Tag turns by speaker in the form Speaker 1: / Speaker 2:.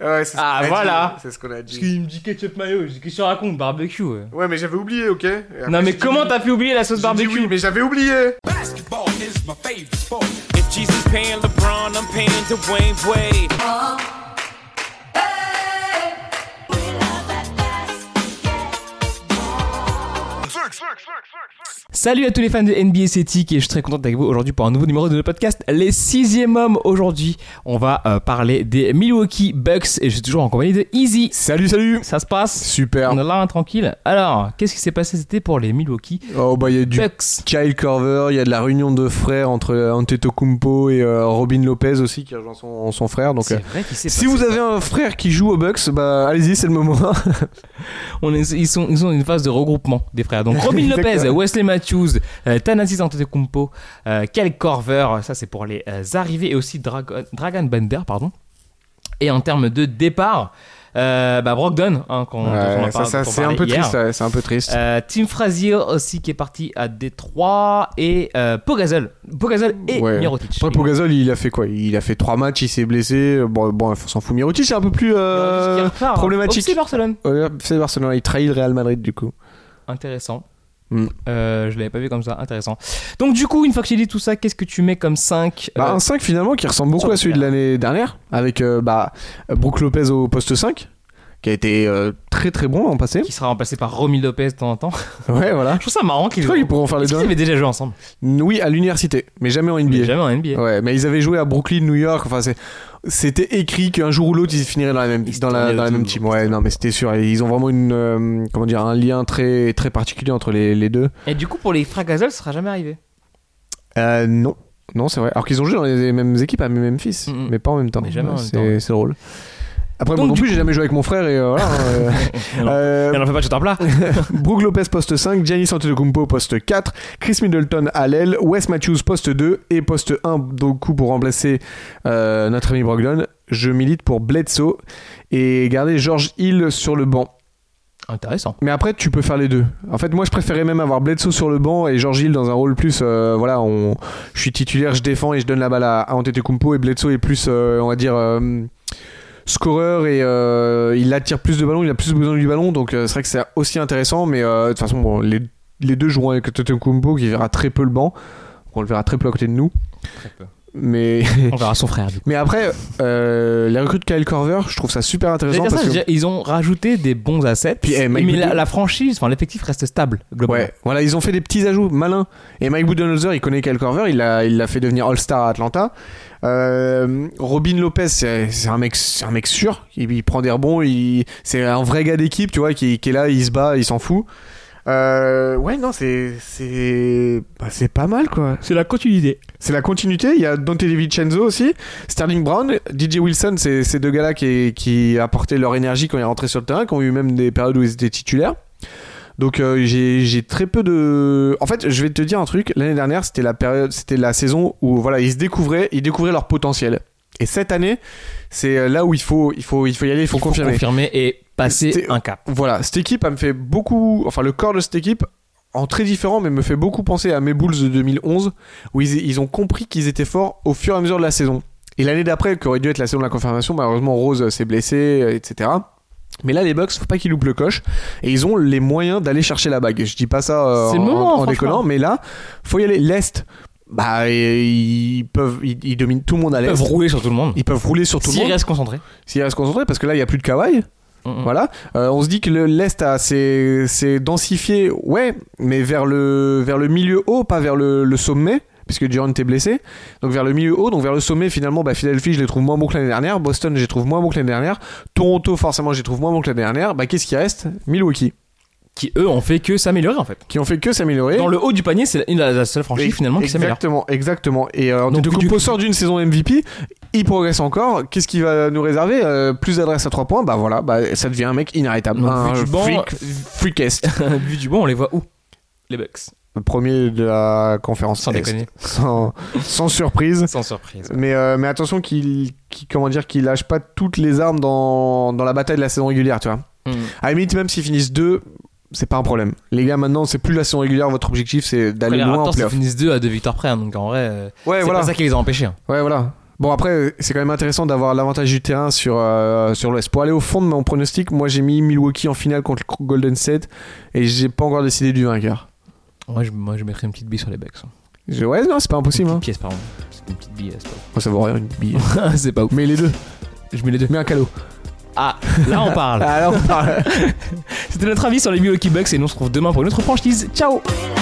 Speaker 1: Ouais, c'est ce
Speaker 2: Ah,
Speaker 1: qu'on a
Speaker 2: voilà.
Speaker 1: dit, C'est ce qu'on a
Speaker 2: Parce
Speaker 1: dit.
Speaker 2: qu'il me dit ketchup mayo, je dis qu'est-ce que tu racontes, barbecue. ouais. Ah,
Speaker 1: Ouais, mais j'avais oublié, ok Et après,
Speaker 2: Non mais
Speaker 1: j'ai
Speaker 2: comment
Speaker 1: dit-
Speaker 2: t'as fait oublier la
Speaker 1: j'ai
Speaker 2: sauce
Speaker 1: dit
Speaker 2: barbecue
Speaker 1: oui, mais j'avais oublié
Speaker 3: Basketball is my favorite sport. If Jesus paying LeBron, I'm paying Dwayne Wade.
Speaker 2: Salut à tous les fans de NBA Cétique et je suis très content d'être avec vous aujourd'hui pour un nouveau numéro de notre podcast Les Sixième Hommes. Aujourd'hui, on va euh, parler des Milwaukee Bucks et je suis toujours en compagnie de Easy. Salut, salut Ça se passe
Speaker 4: Super.
Speaker 2: On est là, hein, tranquille. Alors, qu'est-ce qui s'est passé cet été pour les Milwaukee
Speaker 4: Oh bah il y a du
Speaker 2: Bucks
Speaker 4: Kyle Corver, il y a de la réunion de frères entre euh, Antetokounmpo et euh, Robin Lopez aussi qui rejoint son, son frère. Donc euh,
Speaker 2: C'est vrai qu'il s'est
Speaker 4: si
Speaker 2: passé
Speaker 4: vous
Speaker 2: ça.
Speaker 4: avez un frère qui joue aux Bucks, bah allez-y, c'est le moment.
Speaker 2: On est- ils, sont, ils sont dans une phase de regroupement des frères. Donc Robin Lopez,
Speaker 4: Exactement.
Speaker 2: Wesley Matthews, euh, Thanasis Antetokounmpo, euh, Cal Corver, ça c'est pour les euh, arrivées, et aussi Dragon, Dragon Bender, pardon. Et en termes de départ, euh, bah, Brogdon, hein, quand, dont on a
Speaker 4: Ouais,
Speaker 2: par-
Speaker 4: ça, ça,
Speaker 2: dont on
Speaker 4: c'est un
Speaker 2: parlait
Speaker 4: peu
Speaker 2: hier.
Speaker 4: triste, ouais, c'est un peu triste.
Speaker 2: Euh, Tim Frazier aussi qui est parti à Détroit et euh, Pogazol. Pogazol et
Speaker 4: Ouais.
Speaker 2: Mirotic.
Speaker 4: Après Pogazol, il a fait quoi Il a fait trois matchs, il s'est blessé. Bon, bon, on s'en fout. Mirotic, c'est un peu plus euh,
Speaker 2: Mirotic qui repart.
Speaker 4: problématique.
Speaker 2: Aussi Barcelone.
Speaker 4: Ouais, C'est Barcelone, il trahit le Real Madrid du coup.
Speaker 2: Intéressant.
Speaker 4: Mm.
Speaker 2: Euh, je l'avais pas vu comme ça, intéressant. Donc du coup, une fois que j'ai dit tout ça, qu'est-ce que tu mets comme euh, 5
Speaker 4: Bah, un 5 finalement qui ressemble
Speaker 2: sur
Speaker 4: beaucoup
Speaker 2: le
Speaker 4: à celui de
Speaker 2: terrain.
Speaker 4: l'année dernière, avec euh, bah, Brook Lopez au poste 5, qui a été euh, très très bon en passé.
Speaker 2: qui sera remplacé par Romy Lopez de temps en temps.
Speaker 4: Ouais, voilà.
Speaker 2: Je trouve ça marrant
Speaker 4: Je
Speaker 2: qu'ils
Speaker 4: crois qu'ils pourront faire les
Speaker 2: Est-ce
Speaker 4: deux.
Speaker 2: qu'ils avaient déjà joué ensemble.
Speaker 4: Oui, à l'université, mais jamais en
Speaker 2: Mais
Speaker 4: NBA.
Speaker 2: Jamais en NBA.
Speaker 4: Ouais, mais ils avaient joué à Brooklyn, New York. Enfin, c'est- c'était écrit qu'un jour ou l'autre ils finiraient dans la même
Speaker 2: Ils se
Speaker 4: dans la,
Speaker 2: tournaient
Speaker 4: dans la
Speaker 2: autour,
Speaker 4: même team. Ouais, non, mais c'était sûr. Et Ils ont vraiment une euh, comment dire un lien très très particulier entre les, les deux.
Speaker 2: Et du coup, pour les Fragazol, ça sera jamais arrivé.
Speaker 4: Euh, non. Non, c'est vrai. Alors qu'ils ont joué dans les mêmes équipes à Memphis,
Speaker 2: Mm, mm.
Speaker 4: mais pas en même temps.
Speaker 2: Mais jamais en même
Speaker 4: C'est-
Speaker 2: temps, ouais.
Speaker 4: C'est drôle. Après,
Speaker 2: Donc,
Speaker 4: moi non
Speaker 2: du
Speaker 4: plus, j'ai
Speaker 2: coup-
Speaker 4: jamais joué avec mon frère et euh, voilà. euh,
Speaker 2: Et non.
Speaker 4: euh,
Speaker 2: Et on en fait pas tout un plat.
Speaker 4: Brook Lopez poste 5, Giannis Antetokounmpo poste 4, Chris Middleton à l'aile, Wes Matthews poste 2 et poste 1 donc coup pour remplacer euh, notre ami Brogdon. Je milite pour Bledsoe et garder George Hill sur le banc.
Speaker 2: Intéressant.
Speaker 4: Mais après tu peux faire les deux. En fait moi je préférais même avoir Bledsoe sur le banc et George Hill dans un rôle plus euh, voilà on je suis titulaire, je défends et je donne la balle à, à Antetokounmpo et Bledsoe est plus euh, on va dire euh, scoreur et euh, il attire plus de ballons, il a plus besoin du ballon, donc euh, c'est vrai que c'est aussi intéressant, mais euh, de toute façon, bon, les, les deux joueront avec Kumpo qui verra très peu le banc, on le verra très peu à côté de nous.
Speaker 2: peu.
Speaker 4: Mais,
Speaker 2: On verra son frère. du coup.
Speaker 4: mais après, euh, les recrues de Kyle Corver, je trouve ça super intéressant.
Speaker 2: J'allais dire ça,
Speaker 4: parce
Speaker 2: je
Speaker 4: que-
Speaker 2: veux dire, ils ont rajouté des bons assets.
Speaker 4: Puis, eh, Mike
Speaker 2: mais la,
Speaker 4: Woodley-
Speaker 2: la franchise, enfin l'effectif reste stable. globalement.
Speaker 4: Ouais, voilà, ils ont fait des petits ajouts malins. Et Mike Budenholzer, il connaît Kyle Corver, il l'a il l'a fait devenir All-Star à Atlanta. Euh, Robin Lopez, c'est c'est un mec, c'est un mec sûr. Il, il prend des rebonds, il, c'est un vrai gars d'équipe, tu vois, qui, qui est là, il se bat, il s'en fout. Euh, ouais, non, c'est c'est bah, c'est pas mal quoi.
Speaker 2: C'est la continuité.
Speaker 4: C'est la continuité. Il y a Dante DiVincenzo aussi, Sterling Brown, DJ Wilson, c'est ces deux gars-là qui, qui apportaient leur énergie quand ils rentraient sur le terrain, qui ont eu même des périodes où ils étaient titulaires. Donc euh, j'ai j'ai très peu de. En fait, je vais te dire un truc. L'année dernière, c'était la période, c'était la saison où voilà, ils se découvraient, ils découvraient leur potentiel. Et cette année, c'est euh, là où il faut, il faut, il faut y aller, il faut
Speaker 2: Il faut
Speaker 4: confirmer.
Speaker 2: confirmer et passer
Speaker 4: C'est-
Speaker 2: un cap.
Speaker 4: Voilà, cette équipe, elle me fait beaucoup. Enfin, le corps de cette équipe, en très différent, mais me fait beaucoup penser à mes Bulls de 2011, où ils, ils ont compris qu'ils étaient forts au fur et à mesure de la saison. Et l'année d'après, qui aurait dû être la saison de la confirmation, malheureusement, Rose euh, s'est blessé, euh, etc. Mais là, les Bucks, faut pas qu'ils loupent le coche. Et ils ont les moyens d'aller chercher la bague. Je dis pas ça euh,
Speaker 2: C'est le
Speaker 4: en,
Speaker 2: moment,
Speaker 4: en
Speaker 2: franchement.
Speaker 4: déconnant, mais là, faut y aller. L'Est, bah, ils peuvent, ils, ils dominent tout le monde à
Speaker 2: Ils
Speaker 4: l'Est.
Speaker 2: peuvent rouler sur tout le monde.
Speaker 4: Ils peuvent rouler sur tout le
Speaker 2: S'ils
Speaker 4: monde.
Speaker 2: restent concentrés.
Speaker 4: S'ils restent concentrés, parce que là, il y a plus de Kawhi.
Speaker 2: Mm, mm.
Speaker 4: Voilà, Euh, on se dit que le- l'Est a- s'est s'est densifié, ouais, mais vers le, vers le milieu haut, pas vers le, le sommet, puisque Durant était blessé. Donc vers le milieu haut, donc vers le sommet, finalement, bah, Philadelphie, je les trouve moins bons que l'année dernière. Boston, je les trouve moins bons que l'année dernière. Toronto, forcément, je les trouve moins bons que l'année dernière. Bah, qu'est-ce qui reste Milwaukee,
Speaker 2: Qui eux ont fait que s'améliorer en fait.
Speaker 4: qui ont fait que s'améliorer.
Speaker 2: Dans le haut du panier, c'est la, la- la seule franchise
Speaker 4: Et-
Speaker 2: finalement qui s'améliore.
Speaker 4: Exactement, exactement. Et euh,
Speaker 2: Donc,
Speaker 4: donc,
Speaker 2: du-
Speaker 4: coup, sort d'une saison MVP, il progresse encore. Qu'est-ce qui va nous réserver Euh, Plus d'adresse à 3 points, bah voilà, bah, ça devient un mec inarrêtable.
Speaker 2: Donc,
Speaker 4: un
Speaker 2: vu du banc-
Speaker 4: freak, freak Est.
Speaker 2: Vu du bon, on les voit où Les Bucks.
Speaker 4: Le premier de la conférence.
Speaker 2: Sans
Speaker 4: Est.
Speaker 2: déconner.
Speaker 4: Sans, sans surprise.
Speaker 2: Sans surprise.
Speaker 4: Mais, euh, mais attention qu'il qu'il- comment dire qu'il lâche pas toutes les armes dans, dans la bataille de la saison régulière, tu vois.
Speaker 2: Mm.
Speaker 4: À la limite, même s'ils finissent deux, c'est pas un problème. Les gars, maintenant, c'est plus la saison régulière. Votre objectif, c'est
Speaker 2: Après,
Speaker 4: d'aller
Speaker 2: les
Speaker 4: loin en
Speaker 2: Raptors ils
Speaker 4: playoff.
Speaker 2: finissent 2 à 2 victoires près, hein, donc en vrai, euh,
Speaker 4: Ouais,
Speaker 2: c'est
Speaker 4: voilà.
Speaker 2: pas ça qui les a empêchés. hein.
Speaker 4: Ouais, voilà. Bon, après, c'est quand même intéressant d'avoir l'avantage du terrain sur, euh, sur l'Ouest. Pour aller au fond de mon pronostic, moi j'ai mis Milwaukee en finale contre le Golden State et j'ai pas encore décidé du vainqueur.
Speaker 2: Moi, je, moi, je mettrais une petite bille sur les Bucks. Une
Speaker 4: Je- Ouais, non, c'est pas impossible.
Speaker 2: petite
Speaker 4: Hein.
Speaker 2: pièce, pardon. C'est une petite bille, euh, c'est
Speaker 4: Bon, ça vaut rien une bille.
Speaker 2: pas ouf. c'est pas ouf.
Speaker 4: Mais les deux,
Speaker 2: Je mets les deux.
Speaker 4: mets un calot.
Speaker 2: Ah, là, on parle.
Speaker 4: Ah, là, on parle.
Speaker 2: C'était notre avis sur les Milwaukee Bucks et nous on se retrouve demain pour une autre franchise. Ciao
Speaker 5: We love